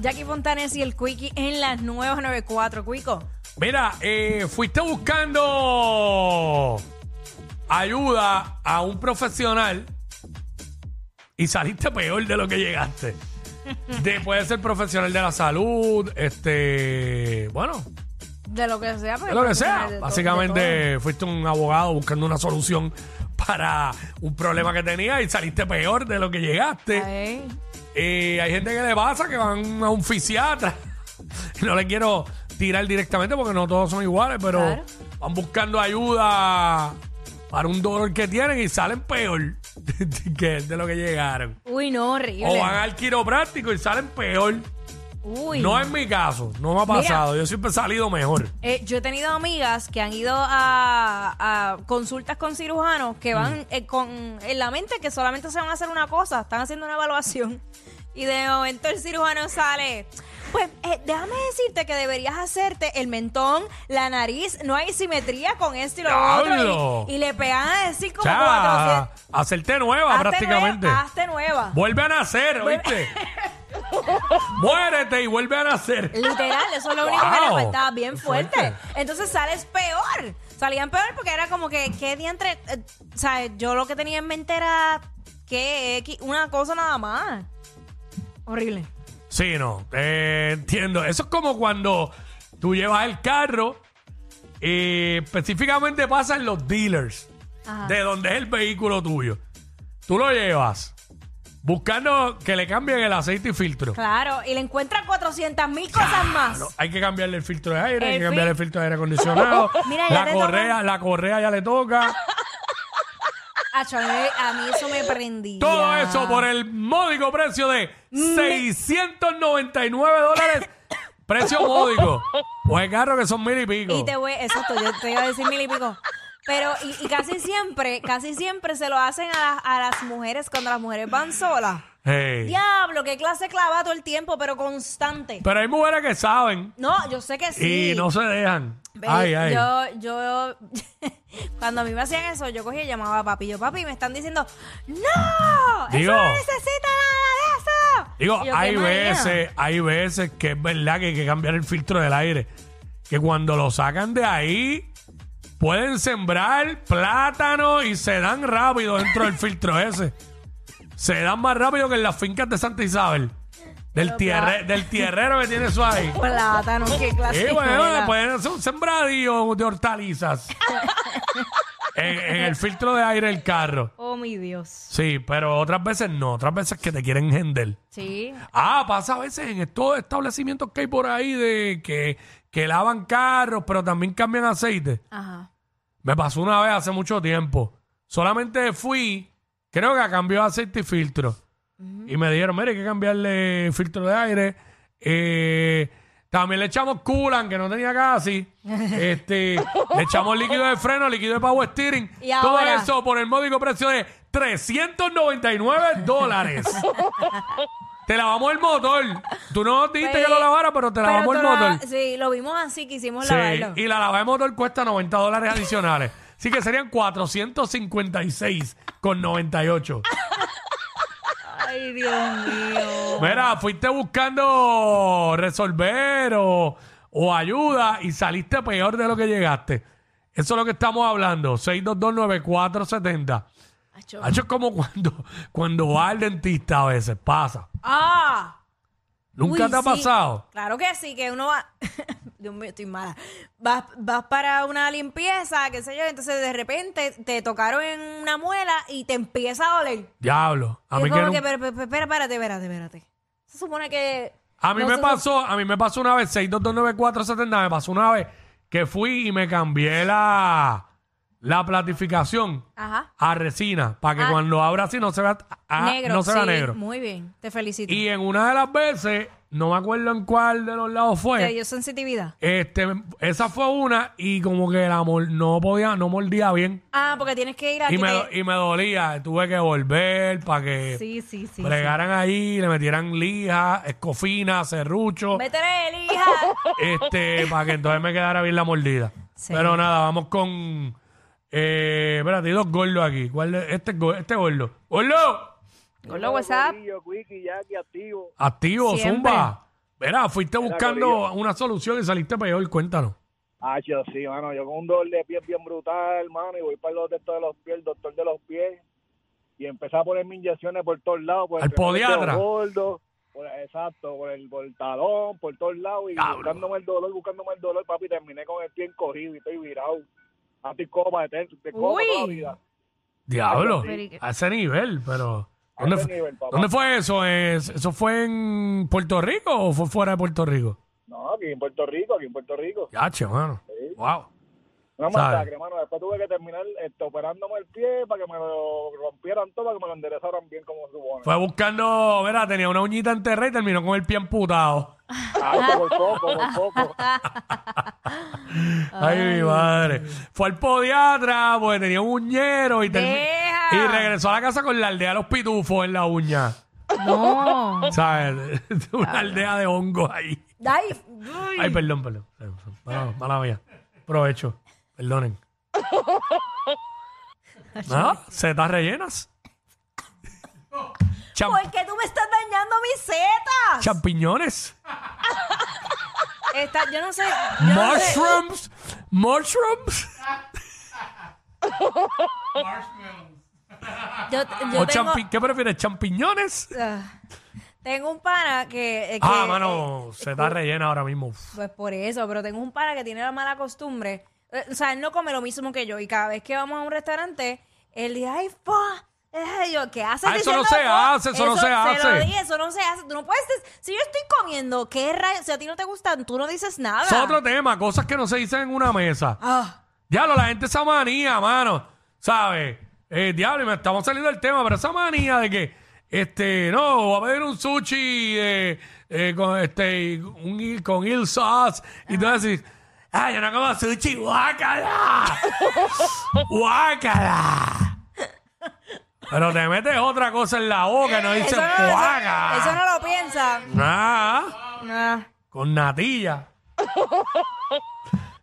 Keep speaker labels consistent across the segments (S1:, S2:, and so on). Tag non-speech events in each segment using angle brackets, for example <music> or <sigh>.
S1: Jackie Fontanes y el Quickie en las nuevas 94. Quico,
S2: Mira, eh, fuiste buscando ayuda a un profesional y saliste peor de lo que llegaste. De, puede ser profesional de la salud, este, bueno,
S1: de lo que sea. pues,
S2: de lo que
S1: profesional
S2: sea.
S1: de to- de
S2: Básicamente fuiste un abogado buscando una solución para un problema que tenía y saliste peor de lo que
S1: todo.
S2: llegaste.
S1: Ay,
S2: Eh, hay gente que le pasa que van a un fisiatra. <laughs> No le quiero tirar directamente porque no todos son iguales, pero
S1: Claro.
S2: van buscando ayuda para un dolor que tienen y salen peor <laughs> que de lo que llegaron.
S1: Uy, no,
S2: O
S1: horrible.
S2: van al quiropráctico y salen peor.
S1: Uy.
S2: ah, No es mi caso, no me ha pasado. Yo siempre he salido mejor.
S1: Eh, yo he tenido amigas que han ido a, a consultas con cirujanos que van
S2: Mm.
S1: eh, con en la mente que solamente se van a hacer una cosa, están haciendo una evaluación <laughs> y de momento el cirujano sale. Pues eh, déjame decirte que deberías hacerte el mentón, la nariz, no hay simetría con esto y lo
S2: ¡Diablo!
S1: otro. Y, y le pegan a decir
S2: O
S1: como
S2: sea,
S1: 400.
S2: hacerte nueva
S1: Hazte
S2: prácticamente.
S1: nueva, hazte nueva.
S2: Vuelve a
S1: <laughs>
S2: nacer, ¿oíste? Muérete y vuelve a nacer.
S1: Literal, eso es lo único que
S2: Wow.
S1: le faltaba, bien
S2: Qué
S1: fuerte.
S2: fuerte.
S1: Entonces sales peor. Salían peor porque era como que, ¿qué diantre? Eh, o sea, yo lo que tenía en mente era que X, una cosa nada más. Horrible.
S2: Sí, no. eh, entiendo. Eso es como cuando tú llevas el carro. eh, específicamente pasa en los dealers. De donde es el vehículo tuyo. Tú lo llevas. Buscando que le cambien el aceite y filtro.
S1: Claro, y le encuentran 400 mil cosas más.
S2: No, hay que cambiarle el filtro de aire, hay
S1: El
S2: que cambiarle el
S1: fil-
S2: filtro de aire acondicionado.
S1: <laughs> Mira, ya
S2: la
S1: te Ah,
S2: correa,
S1: tocan-
S2: la correa ya le toca.
S1: Acho, a, mí, a mí eso me prendía.
S2: Todo eso por el módico precio de
S1: <laughs>
S2: 699 dólares. Precio módico. Pues el carro que son mil y pico.
S1: Y te voy, exacto, yo te iba a decir mil y pico. Pero, y, y casi siempre, casi siempre se lo hacen a, las- a las mujeres cuando las mujeres van solas.
S2: Hey.
S1: Diablo, qué clase clava todo el tiempo, pero constante.
S2: Pero hay mujeres que saben
S1: No, yo sé que sí.
S2: y no se dejan.
S1: Ve,
S2: ay, ay.
S1: Yo, yo, <laughs> cuando a mí me hacían eso, yo cogía y llamaba a papi. Yo, papi, me están diciendo, ¡No! ¡Eso
S2: Digo-
S1: no necesita nada de eso!
S2: Digo,
S1: Y yo,
S2: hay
S1: "¿Qué manía?".
S2: veces, hay veces que es verdad que hay que cambiar el filtro del aire. Que cuando lo sacan de ahí, pueden sembrar plátano y se dan rápido dentro del filtro ese. Se dan más rápido que en las fincas de Santa Isabel. Del, tierre- del tierrero que tiene
S1: <laughs>
S2: eso ahí.
S1: Pues Plátano, qué clase.
S2: Y
S1: de
S2: bueno, pues,
S1: manera.
S2: pueden hacer un sembradío
S1: <laughs>
S2: de hortalizas. en, en el filtro de aire del carro.
S1: Oh, mi Dios.
S2: Sí, pero otras veces no, otras veces que te quieren gender.
S1: Sí.
S2: Ah, pasa a veces en estos establecimientos que hay por ahí de que, que lavan carros, pero también cambian aceite.
S1: Ajá.
S2: Me pasó una vez hace mucho tiempo. Solamente fui, creo que a cambio de aceite y filtro. Y me dijeron, mire, hay que cambiarle el filtro de aire. Eh, también le echamos coolant, que no tenía
S1: <laughs>
S2: casi. este, le echamos líquido de freno, líquido de power steering.
S1: Y
S2: Todo
S1: ahora.
S2: eso por el módico precio de 399
S1: <laughs>
S2: dólares. te lavamos el motor. Tú no nos dijiste
S1: Pues,
S2: que lo lavara, pero te
S1: Pero
S2: lavamos
S1: tú
S2: el
S1: la-
S2: motor.
S1: sí, lo vimos así, quisimos
S2: Sí,
S1: lavarlo.
S2: y la lavada de motor cuesta 90 dólares adicionales. Así que serían 456 con 98.
S1: Ay, Dios mío.
S2: Mira, fuiste buscando resolver o, o ayuda y saliste peor de lo que llegaste. Eso es lo que estamos hablando. 6229470.
S1: Acho.
S2: Hacho, es como cuando, cuando va al dentista a veces, pasa.
S1: Ah,
S2: ¿Nunca
S1: Uy,
S2: te ha
S1: sí.
S2: pasado?
S1: Claro que sí, que uno va. <laughs> Dios mío, estoy mala. Vas, vas para una limpieza, qué sé yo, entonces de repente te tocaron en una muela y te empieza a doler.
S2: Diablo. A
S1: Y
S2: mí,
S1: es
S2: que
S1: como que,
S2: nunca-
S1: pero, pero, pero, espera, espérate, espérate, espérate. Se supone que.
S2: a mí
S1: no
S2: me
S1: se-
S2: pasó, a mí me pasó una vez, 6229470, me pasó una vez que fui y me cambié la, la platificación
S1: Ajá.
S2: a resina para que
S1: Ah.
S2: cuando abra así no se vea, ah,
S1: negro.
S2: no se vea
S1: sí,
S2: negro.
S1: Muy bien, te felicito.
S2: Y en una de las veces, no me acuerdo en cuál de los lados
S1: Te
S2: fue,
S1: dio sensitividad.
S2: este, esa fue una y como que la mol- no podía, no mordía bien.
S1: Ah, porque tienes que ir a.
S2: Y me, do-
S1: que te-
S2: y me dolía, tuve que volver para que
S1: Sí, sí, sí.
S2: bregaran ahí, le metieran lija, escofina,
S1: sí.
S2: serrucho,
S1: Métele, elija.
S2: este, para que entonces me quedara bien la mordida.
S1: Sí.
S2: Pero nada, vamos con. Eh, espérate, hay dos gordos aquí. ¿Cuál es? Este, es go- este gordo. ¡Gordo!
S1: Hola, WhatsApp.
S2: Activo,
S1: Siempre.
S2: zumba. Verá, fuiste buscando una solución y saliste peor, cuéntanos.
S3: Ah, yo sí, mano, yo con un dolor de pies bien brutal, hermano, y voy para el doctor de los pies, el doctor de los pies, y empecé a ponerme inyecciones por todos lados. Por el
S2: Al
S3: primer
S2: podiatra.
S3: dedo Gordo, por- exacto, por el, por el talón, por todos lados, y
S2: Diablo.
S3: buscándome el dolor, buscándome el dolor, papi, terminé con el pie encogido y estoy virado. A ti copa, de te copa
S1: Uy.
S3: toda la vida.
S2: Diablo,
S1: Pero, ¿y qué?
S2: a ese nivel, pero...
S3: A
S2: ¿Dónde,
S3: ese
S2: fu-
S3: nivel, papá.
S2: dónde fue eso? ¿Es- ¿Eso fue en Puerto Rico o fue fuera de Puerto Rico?
S3: No, aquí en Puerto Rico, aquí en Puerto Rico.
S2: Ya, che, mano. Wow.
S3: Una
S2: ¿Sabe?
S3: masacre, hermano. Después tuve que terminar este, operándome el pie para que me lo rompieran todo, para que me lo enderezaran bien como supone.
S2: Fue buscando, verá, tenía una uñita enterrada y terminó con el pie amputado.
S3: Ah, por poco, por poco.
S2: <laughs> Ay, mi madre. Fue al podiatra, porque tenía un uñero y, termi-
S1: Deja.
S2: y regresó a la casa con la aldea de los pitufos en la uña.
S1: No.
S2: <laughs> ¿Sabes? una aldea de hongos ahí.
S1: Ay, uy.
S2: Ay, perdón, perdón. Mala, mala mía. Provecho.
S1: <laughs>
S2: Perdonen. ¿No? ¿Setas rellenas? Cham-
S1: ¿Por qué tú me estás dañando mis setas?
S2: champiñones.
S1: Esta- yo no sé. yo no sé.
S2: Mushrooms. Mushrooms.
S1: Yo, yo
S2: ¿O
S1: tengo,
S2: champi- ¿Qué prefieres? ¿Champiñones?
S1: ah, tengo un pana que. eh,
S2: Ah,
S1: que-
S2: mano,
S1: eh,
S2: se está rellena ahora mismo. Uf.
S1: pues por eso, pero tengo un pana que tiene la mala costumbre. eh, o sea, él no come lo mismo que yo. Y cada vez que vamos a un restaurante, él dice, ay, fa. ay, yo, ¿Qué haces
S2: Ah, eso no
S1: diciendo
S2: se
S1: fa?
S2: hace, eso no se
S1: lo
S2: hace.
S1: dije, eso no se hace. Tú no puedes. des- Si yo estoy comiendo, ¿qué rayos? Si a ti no te gustan, tú no dices nada.
S2: Es otro tema, cosas que no se dicen en una mesa.
S1: Ah,
S2: Diablo, la gente esa manía, mano. ¿Sabes? Eh, diablo, y me estamos saliendo del tema, pero esa manía de que, este, no, voy a pedir un sushi eh, eh, con, este, y un, il- con il sauce. Y tú decís, ah, yo no como
S1: <laughs>
S2: sushi, guácala. guácala. Pero te metes otra cosa en la boca y no dices
S1: eso, no, eso-
S2: guácala.
S1: eso no lo piensan.
S2: Nah,
S1: Ah.
S2: con natilla.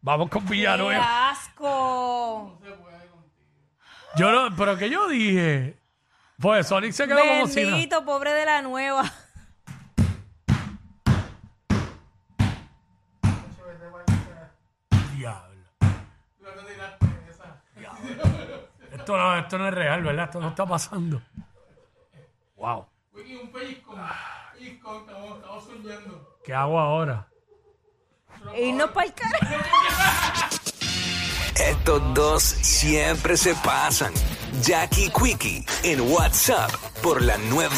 S2: Vamos con
S1: ¡Qué
S2: Villanueva.
S1: asco!
S2: Yo no, pero que yo dije. Pues Sonic se quedó como si nada.
S1: Bendito, pobre de la nueva.
S2: Diablo. Diablo. Esto no, esto no es real, ¿verdad? Esto no está pasando. Wow. ¿Qué hago ahora?
S1: Irnos para el carajo.
S4: Estos dos siempre se pasan. Jackie Quickie en WhatsApp por la nueva.